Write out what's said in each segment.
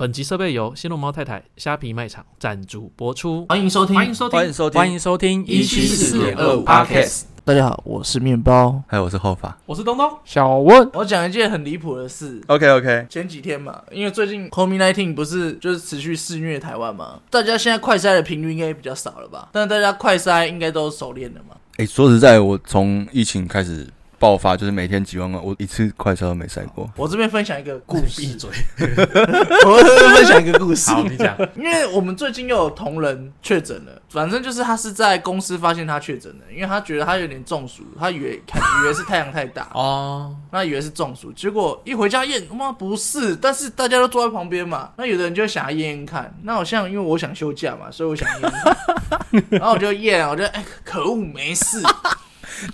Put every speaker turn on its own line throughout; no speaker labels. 本集设备由新龙猫太太虾皮卖场赞助播出。
欢迎收听，
嗯欢迎收
欢迎
听，
收听，
欢迎收听
174.25
Podcast
大家好，我是面包。
嗨，我是后法。
我是东东。
小温，
我讲一件很离谱的事。
OK OK，
前几天嘛，因为最近 COVID-19 不是就是持续肆虐台湾嘛，大家现在快筛的频率应该也比较少了吧？但大家快筛应该都熟练了嘛？
哎、说实在，我从疫情开始爆发，就是每天几万万，我一次快车都没塞过。
我这边分享一个故
闭
事，
嘴！
我这边分享一个故事。
好，你讲。
因为我们最近又有同仁确诊了，反正就是他是在公司发现他确诊的，因为他觉得他有点中暑，他以为看以为是太阳太大，
哦，
那以为是中暑，结果一回家验，他妈不是，但是大家都坐在旁边嘛，那有的人就想要验验看，那好像因为我想休假嘛，所以我想验验看，然后我就验，我就哎、可恶没事，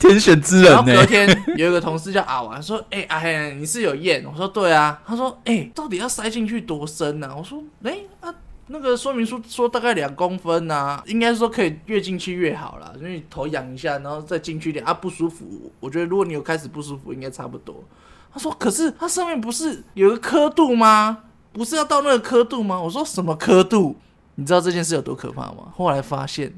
天选之
然后
人呢、
隔天有一个同事叫阿婉说，哎、阿黑你是有验？我说对啊，他说哎、到底要塞进去多深呢、我说哎、啊。那个说明书说大概两公分呐、应该说可以越进去越好啦，因为头仰一下，然后再进去一点啊，不舒服。我觉得如果你有开始不舒服，应该差不多。他说：“可是它上面不是有个刻度吗？不是要到那个刻度吗？”我说：“什么刻度？你知道这件事有多可怕吗？”后来发现，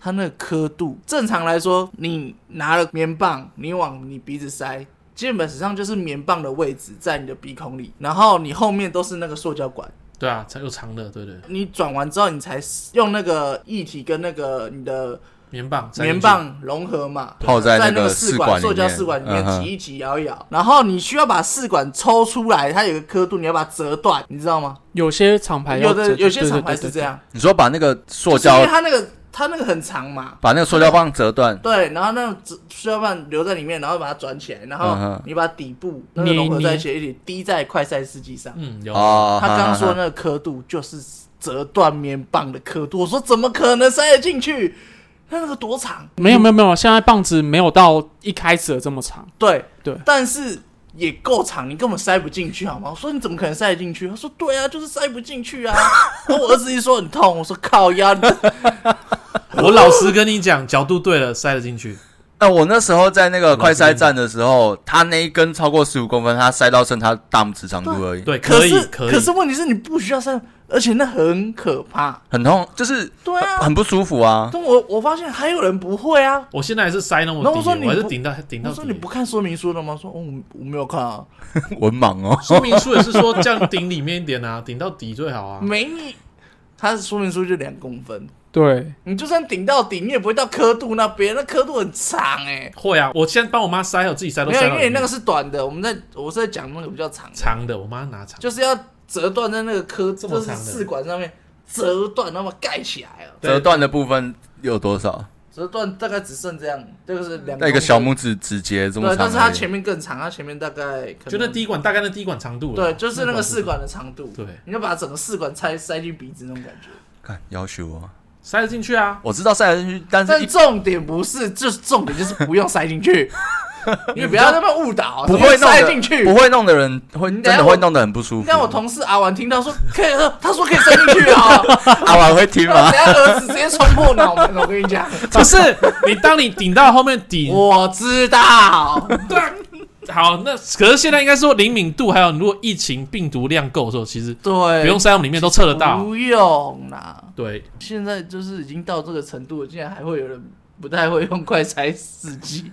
它那个刻度，正常来说，你拿了棉棒，你往你鼻子塞，基本上就是棉棒的位置在你的鼻孔里，然后你后面都是那个塑胶管。
对啊，又长的，对对，
你转完之后，你才用那个液体跟那个你的
棉棒，塞进去
棉，棒融合嘛，
泡在
在
那个
试
试
管
管
塑
里
胶
面，
试管里面
嗯哼
挤一挤，摇一摇，然后你需要把试管抽出来，它有个刻度，你要把它折断，你知道吗？
有些厂牌要
有的
折
有些
对对
厂牌
对
是
对
这样，
你说把那个塑
就是因
胶
为，它那个它那个很长嘛，
把那个塑胶棒折断，
对，然后那种纸塑胶棒留在里面，然后把它转起来，然
嗯
后
哼
你把底部那个融合在一起，一起滴在快塞试剂上。
嗯，有。
哦，
啊他刚刚说
哈哈哈
那个刻度就是折断棉棒的刻度，我说怎么可能塞得进去？它那个多长？
没有没有没有，现在棒子没有到一开始的这么长，
对
对
但是也够长，你根本塞不进去好吗？我说你怎么可能塞得进去？他说对啊，就是塞不进去啊。 然后我儿子一说很痛，我说靠呀，你
我老实跟你讲，角度对了，塞得进去。
那我那时候在那个快塞站的时候，他那一根超过十五公分，他塞到剩他大拇指长度而已，
对，
可
可以
是，
可以。
是问题是你不需要塞，而且那很可怕。
很痛，就是
对啊
很很不舒服啊。
但我我发现还有人不会啊。
我现在还是塞那么
然后我说
低，
你
我还是
不
顶到顶到
我说你
底
不。看说明书了吗？说哦，我我没有看啊，
文盲哦，
说明书也是说这样顶里面一点啊，顶到底最好啊。
没你，他的说明书就两公分，
对，
你就算顶到底，你也不会到刻度那边，那刻度很长哎、
会啊，我现在帮我妈塞，我自己塞都
没有，
塞
因
到里面。
为你那个是短的，我们在我是在讲那个比较长的，
长的，我妈拿长的。
就是要折断在那个刻，
这
就
么
是
长的
试管上面折断，然后把它盖起来了。
对
折断的部分有多少？
折断大概只剩这样，这个是两
那一
公
个
分
小拇指指节这么
对，
长而已，
但是它前面更长，它前面大概可能
就那滴管，大概那滴管长度了。
对，就是那个试管的长度，
对
你就把整个试管塞塞进鼻子那种感觉。
看要求我，
塞得进去 啊，
我知道塞得进去，但是
但
一
重点不是，就是重点就是不用塞进去，你不要那么误导，
不
什么
会弄
塞
的
进去
不。会弄的人会
你
真
等下
的
我
会弄得很不舒服。
但我同事阿婉听到说可以，他说可以塞进去啊，
阿婉会听
然后
吗
等？下儿子直接冲破脑门，我跟你讲，
不是你当你顶到后面顶，啊
我知道，
好，那可是现在应该说灵敏度，还有如果疫情病毒量够的时候，其实
对，
不用塞到里面都测得到。
不用啦。
对，
现在就是已经到这个程度，竟然还会有人不太会用快拆司机，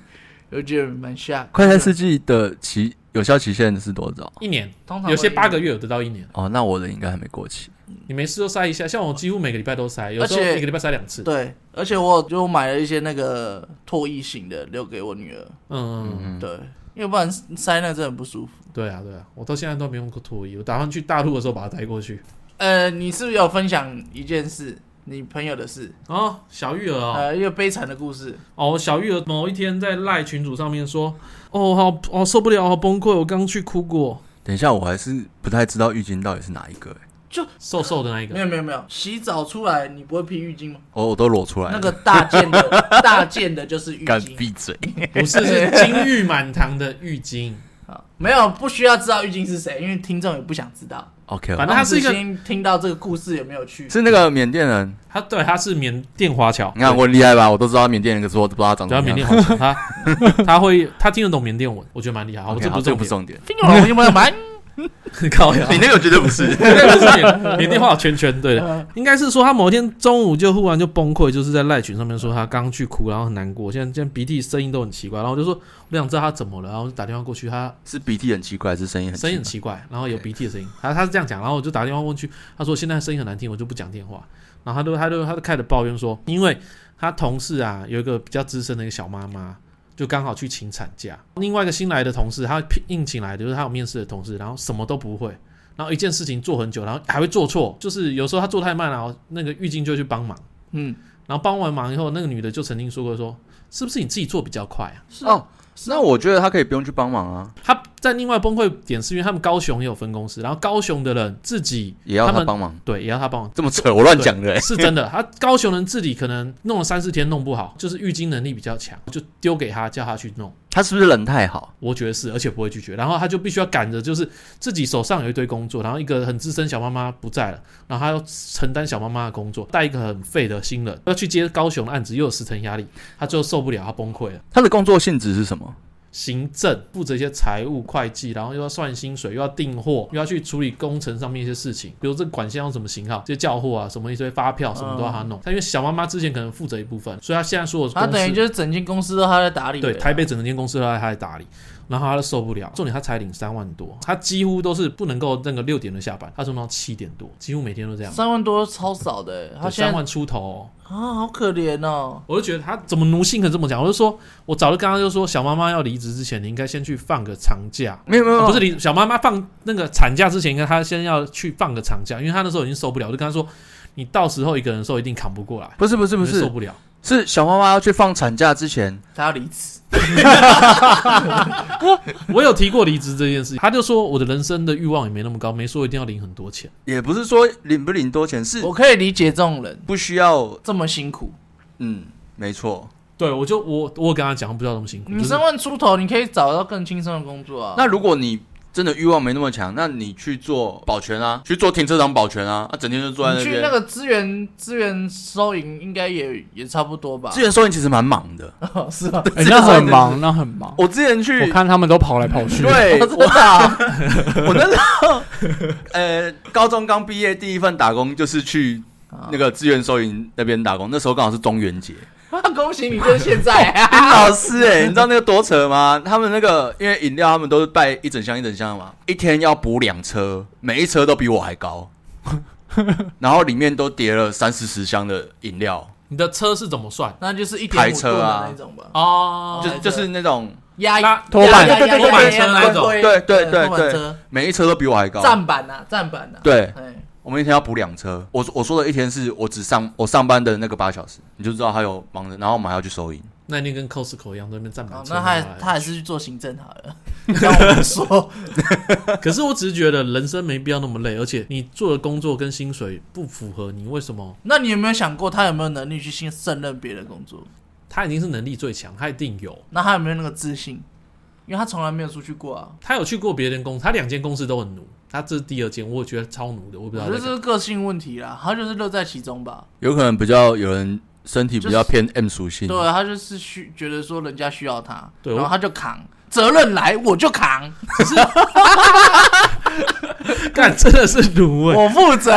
我觉得蛮吓。
快餐世纪的期有效期限是多少？
一年，
通常
有些八个
月，
月有得到一年，
哦，那我的应该还没过期。
你没事就塞一下。像我几乎每个礼拜都塞，有时候
而且
一个礼拜塞两次。
对，而且我就买了一些那个唾液型的留给我女儿，
嗯，
嗯，
对，要不然塞那真的很不舒服。对，
对啊，对啊，我到现在都没用过脱衣，我打算去大陆的时候把它带过去。
呃，你是不是有分享一件事？你朋友的事，
哦，小玉儿哦，
呃，一个悲惨的故事。
哦，小玉儿某一天在赖群主上面说，哦，好，哦，受不了，好崩溃，我刚去哭过，
等一下，我还是不太知道浴巾到底是哪一个、欸，
瘦瘦的那一个
没，有没有没有，洗澡出来你不会披浴巾吗？
我我都裸
哎
出来
那
了。
个大 件的大件的就是浴
敢
巾
闭嘴！
不是 是金玉满堂的浴巾，
啊，没有不需要知道浴巾是谁，因为听众也不想知道。
OK，
反正他是一个
我们只先听到这个故事有没有趣？
是那个缅甸人，
他对他是缅甸华侨，
你看我很厉害吧？我都知道缅甸人，可是我都不知道他长
主要
什么
缅
样。
甸华侨，他他会他听得懂缅甸文，我觉得蛮厉害。好，
OK，
这
好
不是
这
重
个不
点
是重点。
听懂了我就没有买。
靠呀，
你那个绝对不是。
那个是你，你电话圈圈对 的，应该是说他某一天中午就忽然就崩溃，就是在赖群上面说他刚去哭，然后很难过，现在现在鼻涕声音都很奇怪，然后我就说我想知道他怎么了，然后就打电话过去，他
是鼻涕很奇怪，还是声音很
声音很
奇
奇怪，然后有鼻涕的声音，他他是这样讲，然后我就打电话问去，他说现在声音很难听，我就不讲电话，然后他就他就他就开始抱怨说，因为他同事啊有一个比较资深的一个小妈妈。就刚好去请产假，另外一个新来的同事，他聘应请来的，就是他有面试的同事，然后什么都不会，然后一件事情做很久，然后还会做错，就是有时候他做太慢了，然后那个狱警就会去帮忙，
嗯，
然后帮完忙以后，那个女的就曾经说过说，是不是你自己做比较快啊？
怪？哦，那我觉得他可以不用去帮忙啊，
他在另外崩溃点是因为他们高雄也有分公司，然后高雄的人自己
也要
他
他
们
帮忙。
对也要他帮忙，
这么扯，我乱讲的、欸。
是真的。他高雄人自己可能弄了三四天弄不好，就是浴巾能力比较强，就丢给他叫他去弄。
他是不是人太好？
我觉得是，而且不会拒绝。然后他就必须要赶着，就是自己手上有一堆工作，然后一个很资深小妈妈不在了，然后他要承担小妈妈的工作，带一个很废的新人，要去接高雄的案子，又有时程压力，他最后受不了，他崩溃了。
他的工作性质是什么？
行政负责一些财务会计，然后又要算薪水，又要订货，又要去处理工程上面一些事情，比如这管线用什么型号，这些叫货啊，什么一堆发票，什么都要他弄。他因为小妈妈之前可能负责一部分，所以他现在所有公
嗯他
司
等于就是整间公司都他在打理。
对，台北整间公司都在他在打理，然后他都受不了。重点他才领三万多，他几乎都是不能够那个六点就下班，他从到七点多，几乎每天都这样，
三万多超少的欸，他
对
现
三
在
万出头哦、
啊，好可怜哦。
我就觉得他怎么奴性可以这么讲？我就说，我早就刚刚就说，小妈妈要离职之前，你应该先去放个长假。
没有没有，没
啊
有
不是离小妈妈放那个产假之前，应该她先要去放个长假，因为她那时候已经受不了。我就跟她说，你到时候一个人的时候一定扛不过来，
不是不是不
你会受
是，
不了。
是小花花要去放产假之前，
他要离职，
我有提过离职这件事情，她就说我的人生的欲望也没那么高，没说一定要领很多钱。
也不是说领不领多钱，是
我可以理解这种人
不需要。
这么辛苦。
嗯，没错。
对，我就我我有跟他讲，不知道那么辛苦。
你
就是
三万出头，你可以找到更轻松的工作啊。
哦那如果你真的欲望没那么强，那你去做保全啊，去做停车场保全啊，啊，整天就坐在
你去
边。
那个资源资源收银，应该也也差不 多吧
资？源收银其实蛮忙的，
是
啊
吧？
哎那很忙，那很忙。
我之前
我
去。
看他们都跑来跑去，
对，
我
我
知道，
我那时候，呃，高中刚毕业第一份打工就是去那个资源收银那边打工，那时候刚好是中元节，
恭喜你，就是现在 啊！
丁老师、欸，哎，你知道那个多扯吗？他们那个因为饮料，他们都是带一整箱一整箱的嘛，一天要补两车，每一车都比我还高，然后里面都叠了三四十箱的饮料，
你的车是怎么算？
那就是一
台
点五
车
吨
啊
的那种吧，
哦
就
哦
就是那种
压
拉
拖板
压压压
拖板
压
车
压
那种
推
对对对
拖板
对
呃车
每一车都比我还高。
站板啊，站板啊，
对，
哎，
我们一天要补两车。我我说的一天是我只上我上班的那个八小时，你就知道他有忙着，然后我们还要去收银。
那一定跟 Costco 一样，在那边站
哦
满车。
那他还
然后来
他还是去做行政好了。 让我们说，
可是我只是觉得人生没必要那么累，而且你做的工作跟薪水不符合，你为什么？
那你有没有想过他有没有能力去信胜任别人工作？
他已经是能力最强，他一定有。
那他有没有那个自信？因为他从来没有出去过啊。
他有去过别人公司，他两间公司都很奴。他这是第二间，我也觉得超奴的，我不
我
知道他
觉得
在
这
干嘛。
是个性问题啦，他就是乐在其中吧。
有可能比较有人身体比较偏 M 属性，
对，啊他就是需觉得说人家需要他，
嗯对
然后
我
他就扛责任来我 就扛，
干真的是奴哎、
我负 责。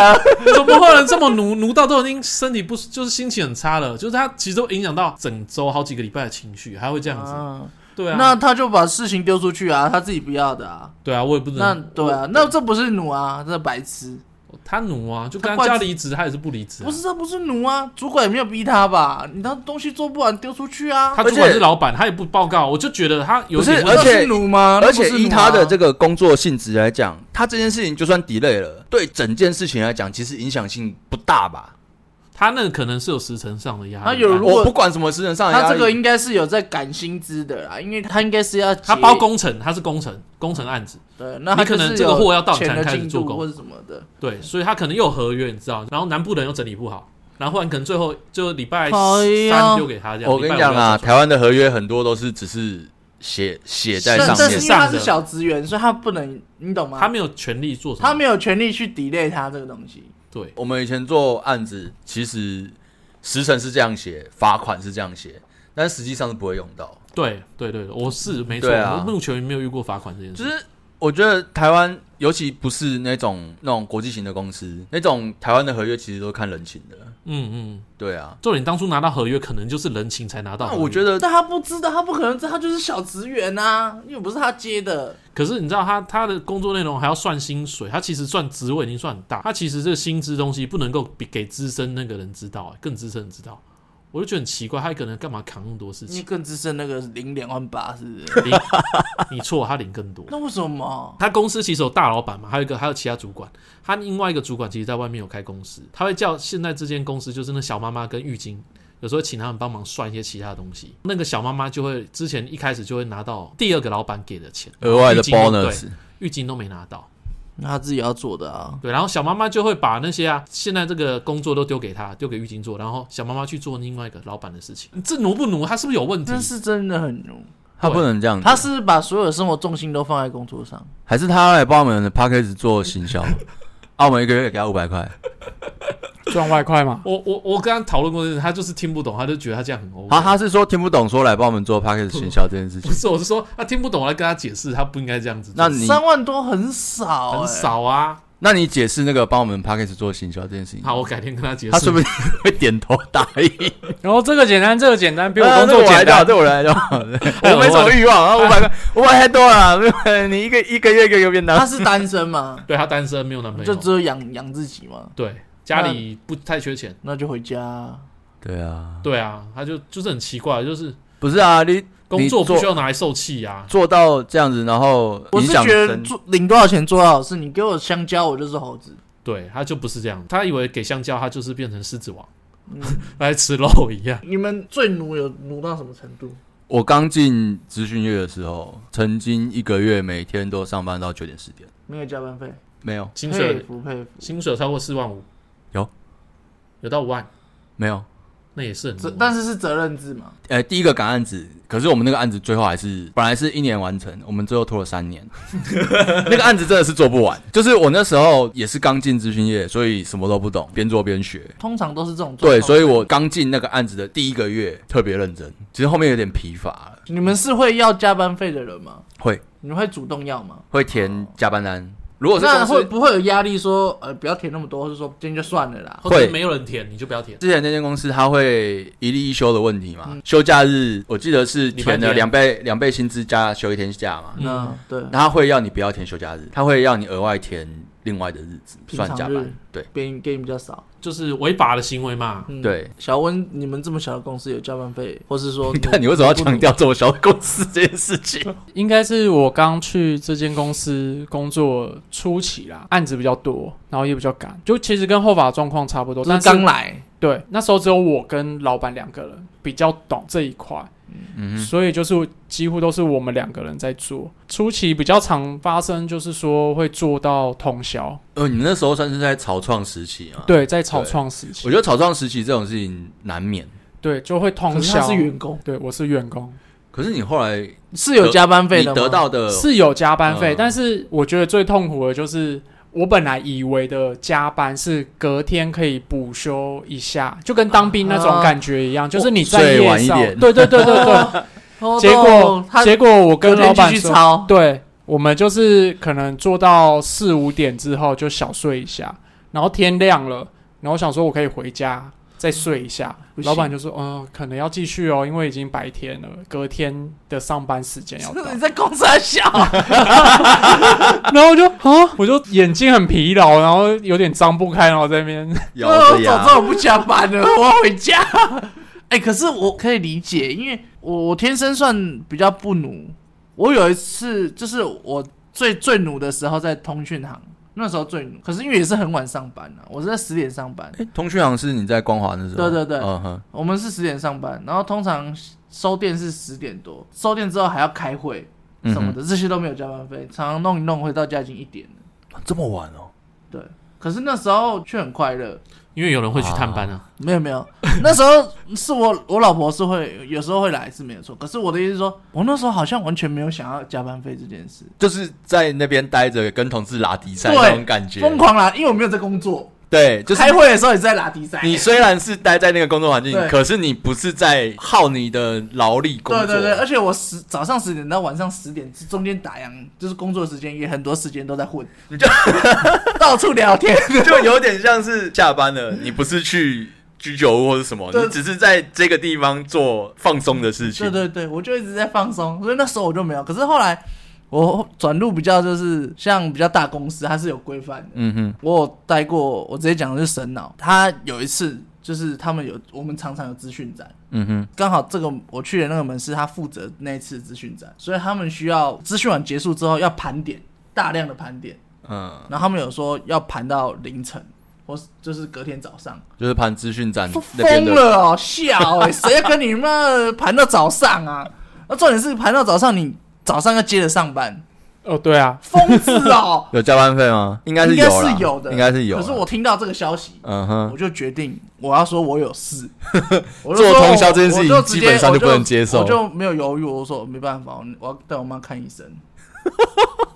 怎么会有人这么奴？奴到都已经身体不舒，就是心情很差了，就是他其实都影响到整周好几个礼拜的情绪，还会这样子。
嗯
对啊，
那他就把事情丢出去啊，他自己不要的啊。
对啊，我也不知道
那。对啊，那这不是奴啊，这白痴，
他奴啊，就跟他
他惯
家
自
离职，他也是不离职、啊。
不是这不是奴啊，主管也没有逼他吧？你他东西做不完丢出去啊，
他
而
主管
且
是老板，他也不报告，我就觉得他有
不是
点问
啊那
题
而且
是奴吗？
而且依他的这
个，
个工作性质来讲，他这件事情就算 delay 了，对整件事情来讲，其实影响性不大吧。
他那个可能是有时程上的压力。
他有如果
我不管什么时程上的压力，
他这个应该是有在赶薪资的啦，因为他应该是要
他
结
包工程，他是工程工程案子，
对，那他
你可能
就是
这个
有
货要到你才
钱的
开始
进
做
度
工
或者什么的。
对，所以他可能又有合约，你知道，然后南部人又整理不好，然后忽然可能最后就礼拜
哎呀
三丢给他这样。
我跟你
礼拜五
讲
要
啊，
做
台湾的合约很多都是只是写写在上
但但是
面，
因为他
上
是
的
小职员，所以他不能，你懂吗？
他没有权利做什么，
他没有权利去 delay 他这个东西。
对，
我们以前做案子，其实时程是这样写，罚款是这样写，但实际上是不会用到。
对对对，我是没错，
对啊
我目前没有遇过罚款这件事，
就是我觉得台湾，尤其不是那种那种国际型的公司，那种台湾的合约其实都看人情的。
嗯嗯，啊
对啊，
重点当初拿到合约，可能就是人情才拿到合
那
约。
我觉得
但他不知道，他不可能知道，他就是小职员啊，又不是他接的。
可是你知道他他的工作内容还要算薪水，他其实算职位已经算很大，他其实这个薪资东西不能够比给资深那个人知道、更资深的知道，我就觉得很奇怪，他一个人干嘛扛那么多事
你
嗯
情？
更资深那个零两万八是不是？
领你错，他领更多。
那为什么？
他公司其实有大老板嘛，还有一个还有其他主管，他另外一个主管其实在外面有开公司，他会叫现在这间公司就是那小妈妈跟玉晶，有时候请他们帮忙算一些其他的东西，那个小妈妈就会之前一开始就会拿到第二个老板给的钱，
额外的
预计哦都
bonus，
玉晶都没拿到。
那他自己要做的啊。
对，然后小妈妈就会把那些啊，现在这个工作都丢给他，丢给玉晶做，然后小妈妈去做另外一个老板的事情。这挪不挪，他是不是有问题
但？是真的很牛，
他不能这样子，
他是不是把所有的生活重心都放在工作上。
还是他来帮我们的 p a c k a g e 做行销， 啊，我们一个月给他五百块，
赚外快嘛。
我我我跟他讨论过这个，他就是听不懂，他就觉得他这样很 over。
他他是说听不懂，说来帮我们做 p a c k a g e 行销这件事 情
不，是，我是说他听不懂，我来跟他解释，他不应该这样子做。
那你
三万多很少、欸，
很。少啊。
那你解释那个帮我们 p a c k a g e 做行销这件事情，
好，我改天跟他解释。
他是不是会点头答应？
然后这个简单，这个简单，比我
呃
啊
工
这
作
我来
简单
料，。对我来料，
哎，
我没什么欲望啊， 五百块，五百太多了，没有，你一个一个月一个月变
他
大，
是单身嘛
对他单身， 没有男朋
就
友，
只有养养自己嘛，
对家里不太缺钱。
那就回家啊。
对啊，
对啊，他就就是很奇怪，就是
不是啊，你
工
你
作不
做
需要拿来受气啊。
做到这样子，然后
我
影
是
响
觉得
生
做领多少钱做多少事，你给我香蕉，我就是猴子。
对他就不是这样，他以为给香蕉，他就是变成狮子王
嗯，
来吃肉一样。
你们最奴有奴到什么程度？
我刚进资讯业的时候，曾经一个月每天都上班到九点十点，
没有加班费，
没有，
薪
佩
水
服佩服。
薪水超过四万五，
有
有到五万，
没有。
那也是很
这
多。
但是是责任制嘛，
呃，第一个赶案子，可是我们那个案子最后还是本来是一年完成，我们最后拖了三 年。那个案子真的是做不完，就是我那时候也是刚进咨询业，所以什么都不懂，边做边学。
通常都是这种状况。
对，所以我刚进那个案子的第一个月特别认真，其实后面有点疲乏了，
你们是会要加班费的人吗？
会
你们会主动要吗？
会填加班单。如果是
那
公
会
司
不会有压力说，呃，不要填那么多，或者说今天就算了啦？
或者
会
没有人填，你就不要填。
之前那间公司，它会一例一休的问题嘛，
嗯
休假日我记得是填了
礼
两倍两倍薪资加休一天假嘛，
那对，
那他会要你不要填休假日，他会要你额外填另外的日子
平常
算加班
日。
对
给你给你比较少。
就是违法的行为嘛。
嗯，
对，
小温，你们这么小的公司有加班费，或是说
你看你为什么要强调这么小的公司这件 事情？
应该是我刚去这间公司工作初期啦，案子比较多，然后也比较赶，就其实跟后法状况差不多。
就是
但
刚来，
对，那时候只有我跟老板两个人比较懂这一块，
嗯哼，
所以就是几乎都是我们两个人在做。初期比较常发生就是说会做到通宵，
呃，你那时候算是在草创时期啊。，
对，在草创时期
我，觉得草创时期这种事情难免。
对，就会通
可是他
宵。
是员工，
对，我是员工，
可是你后来
是有加班费
你
的吗
得到 的
是有加班费，
呃嗯
但是我觉得最痛苦的就是我本来以为的加班是隔天可以补休一下，就跟当兵那种感觉一样，就是你在
睡
夜
哦晚一
哨，
点
对对对对 对，
哦
结
懂
果
他
结果我跟
隔天
老板
继续
说，
抄，
对我们就是可能做到四五点之后就小睡一下，然后天亮了，然后想说我可以回家再睡一下，
不行
老板就说，嗯、可能要继续哦，因为已经白天了，隔天的上班时间要 到。
你在公司还小，
然后我就啊，我就眼睛很疲劳，然后有点张不开，然后在那边
咬
哦我
着
早知道
牙，
我不加班了，我要回家。 哎、可是我可以理解，因为我我天生算比较不奴。我有一次就是我最最奴的时候在通讯行，那时候最奴，可是因为也是很晚上班啊，我是在十点上班，
哎，通讯行是你在光华那时候？
对对对
嗯哼，
我们是十点上班，然后通常收店是十点多，收店之后还要开会什么的，这些都没有加班费，常常弄一弄回到家已经一点了。
这么晚哦？
对，可是那时候却很快乐，
因为有人会去探班啊，
没有没有，那时候是我我老婆是会有时候会来是没有错，可是我的意思是说，我那时候好像完全没有想要加班费这件事，
就是在那边待着，跟同事拉低赛
对
那种感觉，
疯狂啦，因为我没有在工作，
对，就是
开会的时候你在拉低塞，
你虽然是待在那个工作环境，
对
可是你不是在耗你的劳力工
对
作。
对 对，而且我十早上十点到晚上十点中间打烊，就是工作时间也很多时间都在混，你就 到处聊 天。
就有点像是下班了，你不是去居酒屋或者什么，
对
你只是在这个地方做放松的事情。
对对对，我就一直在放松，所以那时候我就没有。可是后来我转入比较就是像比较大公司，它是有规范的。
嗯哼，
我有待过，我直接讲的是神脑，他有一次就是他们有我们常常有资讯展。
嗯哼，
刚好这个我去的那个门市，他负责那一次资讯展，所以他们需要资讯完结束之后要盘点，大量的盘点，
嗯，
然后他们有说要盘到凌晨，或是就是隔天早上，
就是盘资讯站
说
那边
疯
的，，
了哦，笑哎、谁要跟你妈盘到早上啊？那重点是盘到早上，你早上要接着上班，
哦，对啊，
疯子哦
有加班费吗？ 应该
应
是
该
有啦，
是有的，
应该是有啦。
可是我听到这个消息，
嗯哼
我，就决定我要说我有 事，我就
做
说
通宵
我
这件事情
我就直接
基本上就
我就
不能接受
我就没有犹豫，我说没办法，我我要带我妈看医生。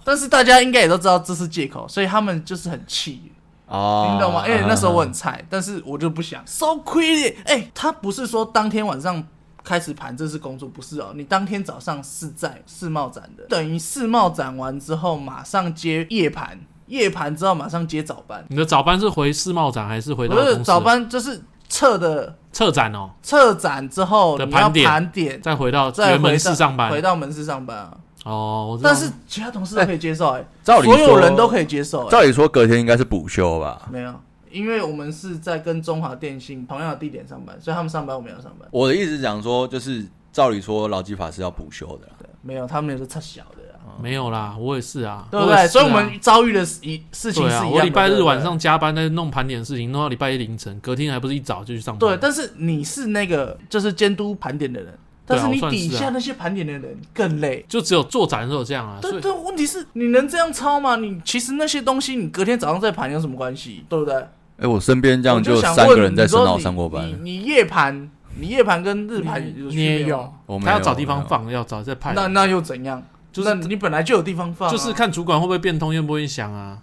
但是大家应该也都知道这是借口，所以他们就是很气，
哦，
你懂吗？因为那时候我很
嗯
菜，但是我就不想，so quick，哎、他不是说当天晚上。开始盘这是工作，不是哦。你当天早上是在世贸展的，等于世贸展完之后马上接夜盘，夜盘之后马上接早班，
你的早班是回世贸展还是回到
不
公
是
司
早班就是撤的
撤展哦，
撤展之后
的
你要
盘点
盘点，
再回到
再
原
回
门
到
市上班
回到门市上班啊。
哦。我知道
但是其他同事都可以接受、欸，
照理
所有
说
人都可以接受、欸，
照理说隔天应该是补休吧。
没有，因为我们是在跟中华电信同样的地点上班，所以他们上班我们也要上班，
我的意思讲说，就是照理说劳基法是要补休的啦，
没有，他们也是差小的啊，
没有啦，我也是啊，
对不
也是啊
对？所以我们遭遇的一事情
对
是一
啊，
样的。
我礼拜
对
日
不对
晚上加班在弄盘点的事情，弄到礼拜一凌晨，隔天还不是一早就去上班？
对，但是你是那个就是监督盘点的人，但是
对啊我
你
算
底
是啊
下那些盘点的人更累。
就只有做展的时候这样啊。所
对
以
对，问题是你能这样抄吗？你其实那些东西，你隔天早上再盘有什么关系？对不对？
哎、我身边这
我
样
就
就
想
三
问
个人在
你说
深澳
你
上过班
你，你夜盘，你夜盘跟日盘
你
有区
你也
别
有
吗，
我没
他
有啊
要找地
我
方
没有
放，要找再派人，
那那又怎样？
就
那
是
你本来就有地方放啊、
就是看主管会不会变通，愿不愿意想啊。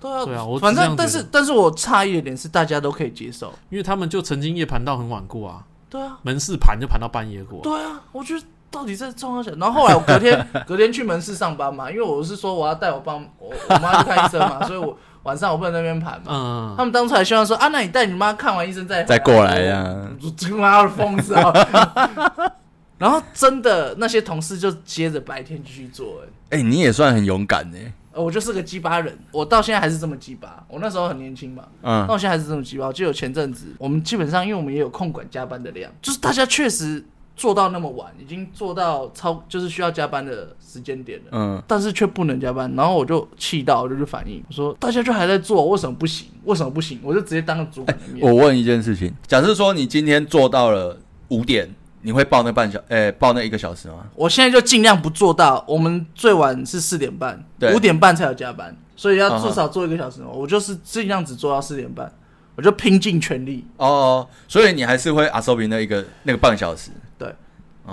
对啊，
对啊我
反
是这
正
样
但
觉得
是但是我诧异的点是大家都可以接受，
因为他们就曾经夜盘到很晚过啊，
对啊，
门市盘就盘到半夜过。
对啊，我觉得到底在重要什么然后后来我隔 天隔天去门市上班嘛，因为我是说我要带我爸我我妈去看医生嘛，所以我晚上我不能在那边 盘嘛。
嗯，
他们当初还希望说啊，那你带你妈看完医生再
再过来啊
呀、
呀、
这个妈的疯子啊！ 然后真的那些同事就接着白天继续做、欸，
哎、你也算很勇敢呢、
呃我就是个鸡巴人，我到现在还是这么鸡巴。我那时候很年轻嘛，
嗯
到现在还是这么鸡巴。我记得有前阵子，我们基本上因为我们也有空管加班的量，就是大家确实做到那么晚，已经做到超就是需要加班的时间点了。
嗯，
但是却不能加班，然后我就气到，我就去反映，我说大家就还在做，为什么不行？为什么不行？我就直接当着主管的面，
我问一件事情，假设说你今天做到了五点，你会报那半小，哎、报那一个小时吗？
我现在就尽量不做到，我们最晚是四点半，
对
五点半才有加班，所以要
嗯哼
至少做一个小时。我就是尽量只做到四点半，我就拼尽全力。
哦哦，所以你还是会阿寿比那一个那个半小时。
对
哦，哦，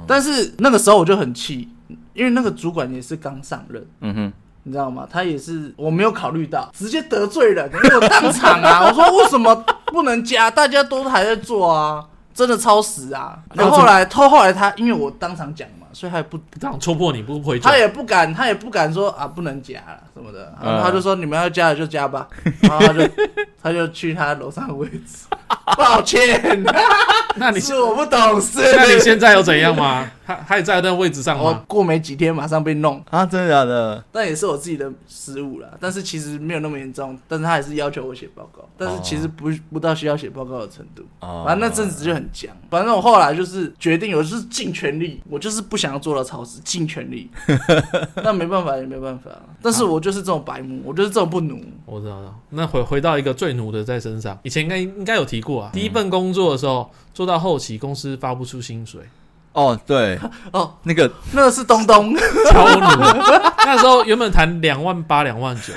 哦
但是那个时候我就很气，因为那个主管也是刚上任，
嗯哼，
你知道吗？他也是我没有考虑到，直接得罪人，因为我当场 啊，我说为什么不能加？大家都还在做啊，真的超时啊。然后后来偷，后来他因为我当场讲嘛，所以他也不
这样戳破你不回
他
嘴，
也不敢，他也不敢说啊，不能加了什么的，然后
嗯
他就说你们要加的就加吧， 然后他就他就去他楼上的位置， 抱歉，
那你
是我不懂事。
那你现在又怎样吗？他他也在那位置上
我
吗？
过没几天马上被弄，
啊，真的假的？
但也是我自己的失误了，但是其实没有那么严重，但是他还是要求我写报告，但是其实不、不到需要写报告的程度。
哦，
反正啊那阵子就很僵，反正我后来就是决定，我就是尽全力，我就是不想要做到超时，尽全力。 那没办法，也没办法。但
啊
是我就是这种白目，我就是这种不奴。
我知道了。那回回到一个最奴的在身上，以前应该应该有提过
嗯
啊。第一份工作的时候，做到后期，公司发不出薪水，
哦，对，
哦，
那个
那个是东东，
超奴。 那时候原本谈两万八、两万九，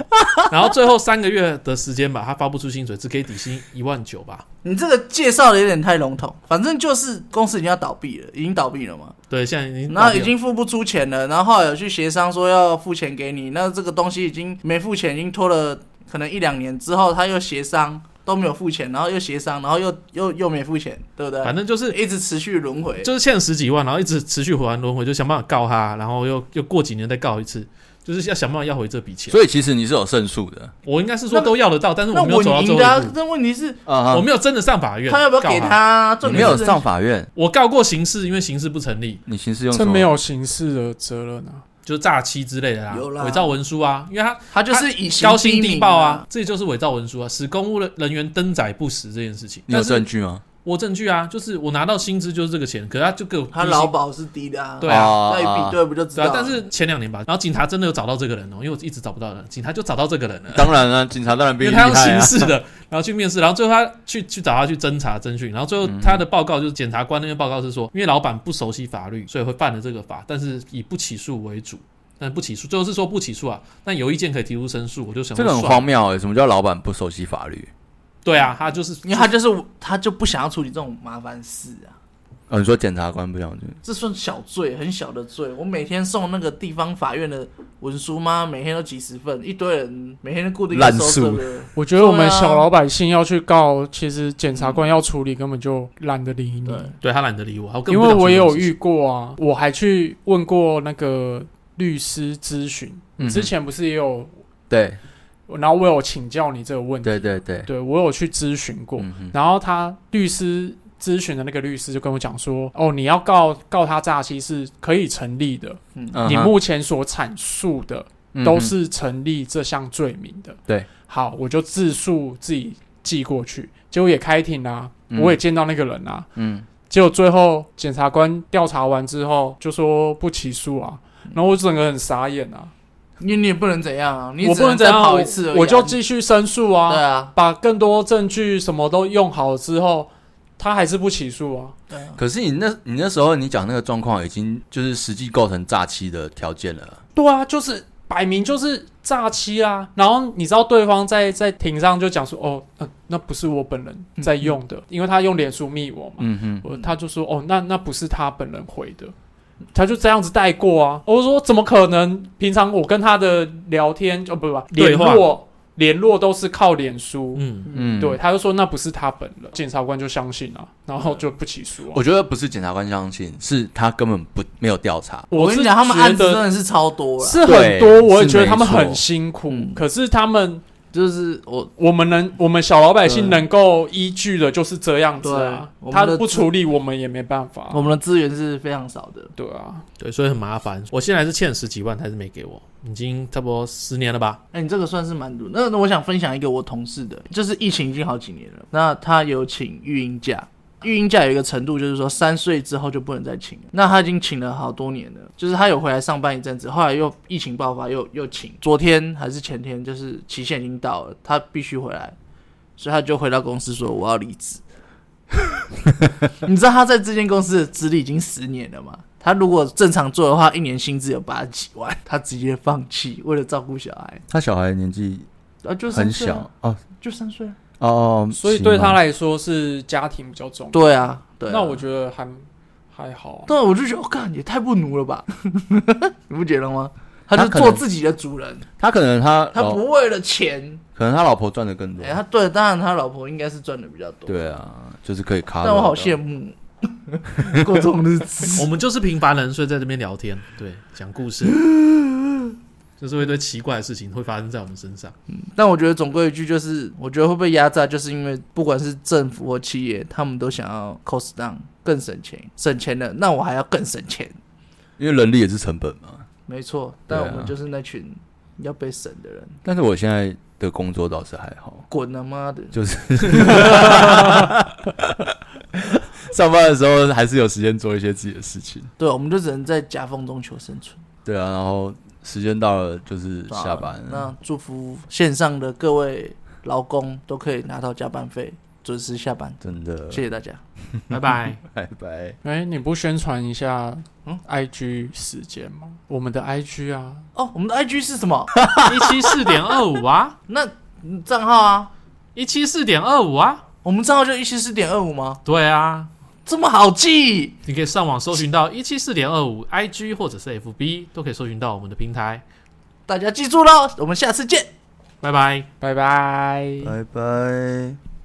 然后最后三个月的时间吧，他发不出薪水，只给底薪一万九吧。
你这个介绍的有点太笼统。反正就是公司已经要倒闭了，已经倒闭了嘛，
对，现在已经
然
倒
后
闭
已
了
经付不出钱了，然后后来有去协商说要付钱给你，那这个东西已经没付钱，已经拖了。可能一两年之后他又协商都没有付钱，然后又协商，然后又又又没付钱，对不对？
反正就是
一直持续轮回，
就是欠十几万，然后一直持续还轮回，就想办法告他，然后又又过几年再告一次，就是要想办法要回这笔钱。
所以其实你是有胜诉的
我应该是说都要得到，但是
那
我没有走到
稳
最后
赢的、啊
一，步，
但问题是
啊
我没有真的上法院。
他要不要
告
给
他？
他？啊
你
重
没
点
有
是
上法院，
我告过刑事，因为刑事不成立，
你刑事用
这
什么
没有刑事的责任啊。
就是诈欺之类的啦
有，啦
伪造文书啊，因为他
他就是以刑
高薪
逼
低
民
报啊，，这就是伪造文书啊，使公务人员登载不实这件事情。
你有
但是
证据吗？
我证据啊，就是我拿到薪资就是这个钱，可是他就给我
啊他
低薪
劳保是低的啊，
对啊
啊
再一比对不就知
对啊
道，了？
但是前两年吧，然后警察真的有找到这个人哦，因为我一直找不到人，警察就找到这个人了。
当然了，警察当然比
因
你
为
厉
他
害
用
啊
刑事的， 然后去面试，然后最后他去去找他去侦查侦讯，然后最后他的报告就是检察官那边报告是说，因为老板不熟悉法律，所以会犯了这个法，但是以不起诉为主，但不起诉最后是说不起诉啊，但有意见可以提出申诉，我就想
这
说
个很
算了
荒谬哎，什么叫老板不熟悉法律？
对啊，他就是
因为他就是他就不想要处理这种麻烦事啊，
哦，你说检察官不想去？
这算小罪，很小的罪。我每天送那个地方法院的文书吗？每天都几十份，一堆人每天都固定
烂
收这
数
个。
我觉得我
对
们
啊
小老百姓要去告，其实检察官要处理根本就懒得理你。
对
对他懒得理我，他根
因
本不想
为我也
处理
有
这件事情
遇过啊，我还去问过那个律师咨询，
嗯
之前不是也有，
对
然后我有请教你这个问题，
对对对，
对我有去咨询过，
嗯哼
然后他律师咨询的那个律师就跟我讲说，哦，你要告告他诈欺是可以成立的，
嗯，
嗯
你
哼
目前所阐述的
嗯哼
都是成立这项罪名的。
对，
好，我就自诉自己寄过去，结果也开庭啦、
嗯
我也见到那个人啦、啊
嗯
结果最后检察官调查完之后就说不起诉啊，
嗯
然后我整个很傻眼啊，
因为你也不能怎样啊，你
我
只
不能
再
怎样啊，
跑
我
一次而已啊
我就继续申诉啊，
对啊，
把更多证据什么都用好之后，他还是不起诉啊。
对啊，
可是你那你那时候你讲那个状况已经就是实际构成诈欺的条件了，
对啊，就是摆明就是诈欺啊。然后你知道对方在在庭上就讲说，哦、呃那不是我本人在用的，因为他用脸书密我嘛，
嗯哼，
我他就说，哦，那那不是他本人回的。他就这样子带过啊！我说怎么可能？平常我跟他的聊天，哦，不不，
对
联
话
络联络都是靠脸书。
嗯，
嗯
对，，他就说那不是他本人，检察官就相信啊，然后就不起诉啊。
我觉得不是检察官相信，是他根本不没有调查，
我跟
是
你讲，他们
觉
案子真
得
的是超多了，
是很多，
对
我也
是
觉得
没
他们
错
很辛苦，
嗯
可是他们
就是我
我们能，我们小老百姓
对
能够依据的就是这样子啊
对我。们
他
的
不处理，我们也没办
我
法。啊
们的资源是非常少的，
对啊，
对，所以很麻烦。我现在还是欠十几万，他还是没给我，已经差不多十年了吧。
哎、你这个算是蛮多。那那我想分享一个我同事的，就是疫情已经好几年了，那他有请育婴假。育婴假有一个程度，就是说三岁之后就不能再请了。那他已经请了好多年了，就是他有回来上班一阵子，后来又疫情爆发，又又请。昨天还是前天，就是期限已经到了，他必须回来，所以他就回到公司说我要离职。 你知道他在这间公司的资历已经十年了吗？他如果正常做的话，一年薪资有八十几万，他直接放弃，为了照顾小孩。
他小孩年纪
啊，就三
很
岁啊
小哦
就三岁、啊。
哦，
所以对
行吧
他来说是家庭比较重要。
对啊，对啊
那我觉得还还好啊。
但我就觉得，我、哦干也太不奴了吧， 你不觉得吗？他就
他可
做
能哦
自己的主人，
他可能他
他
老
不为了钱。
可能他老婆赚的更多
哎、，他对，当然他老婆应该是赚的比较多，
对啊，就是可以卡。
但我好羡慕 过这种日子。
我们就是平凡人，所以在这边聊天，对，讲故事，就是会一堆奇怪的事情会发生在我们身上。
但我觉得总归一句就是，我觉得会被压榨，就是因为不管是政府或企业，他们都想要 cost down，更省钱，省钱了，那我还要更省钱。
因为人力也是成本嘛。
没错，但
对啊
我们就是那群要被省的人，
但是我现在的工作倒是还好，
滚他妈的！
上班的时候还是有时间做一些自己的事情。
对，我们就只能在夹缝中求生存。
对啊，然后时间到了就是
对啊
下班。
那祝福线上的各位劳工都可以拿到加班费，准时下班。
真的，
谢谢大家。
拜拜。
拜拜。
哎，你不宣传一下
嗯
IG 时间吗？我们的 IG 啊，
哦，我们的 IG 是什么？
一七四点二五啊，
那嗯账号啊？
一七四点二五啊，
我们账号就一七四点二五吗？
对啊，
这么好记？
你可以上网搜寻到一七四点二五，IG 或者是 FB 都可以搜寻到我们的平台。
大家记住喽，我们下次见。
拜拜。
拜拜。
拜拜。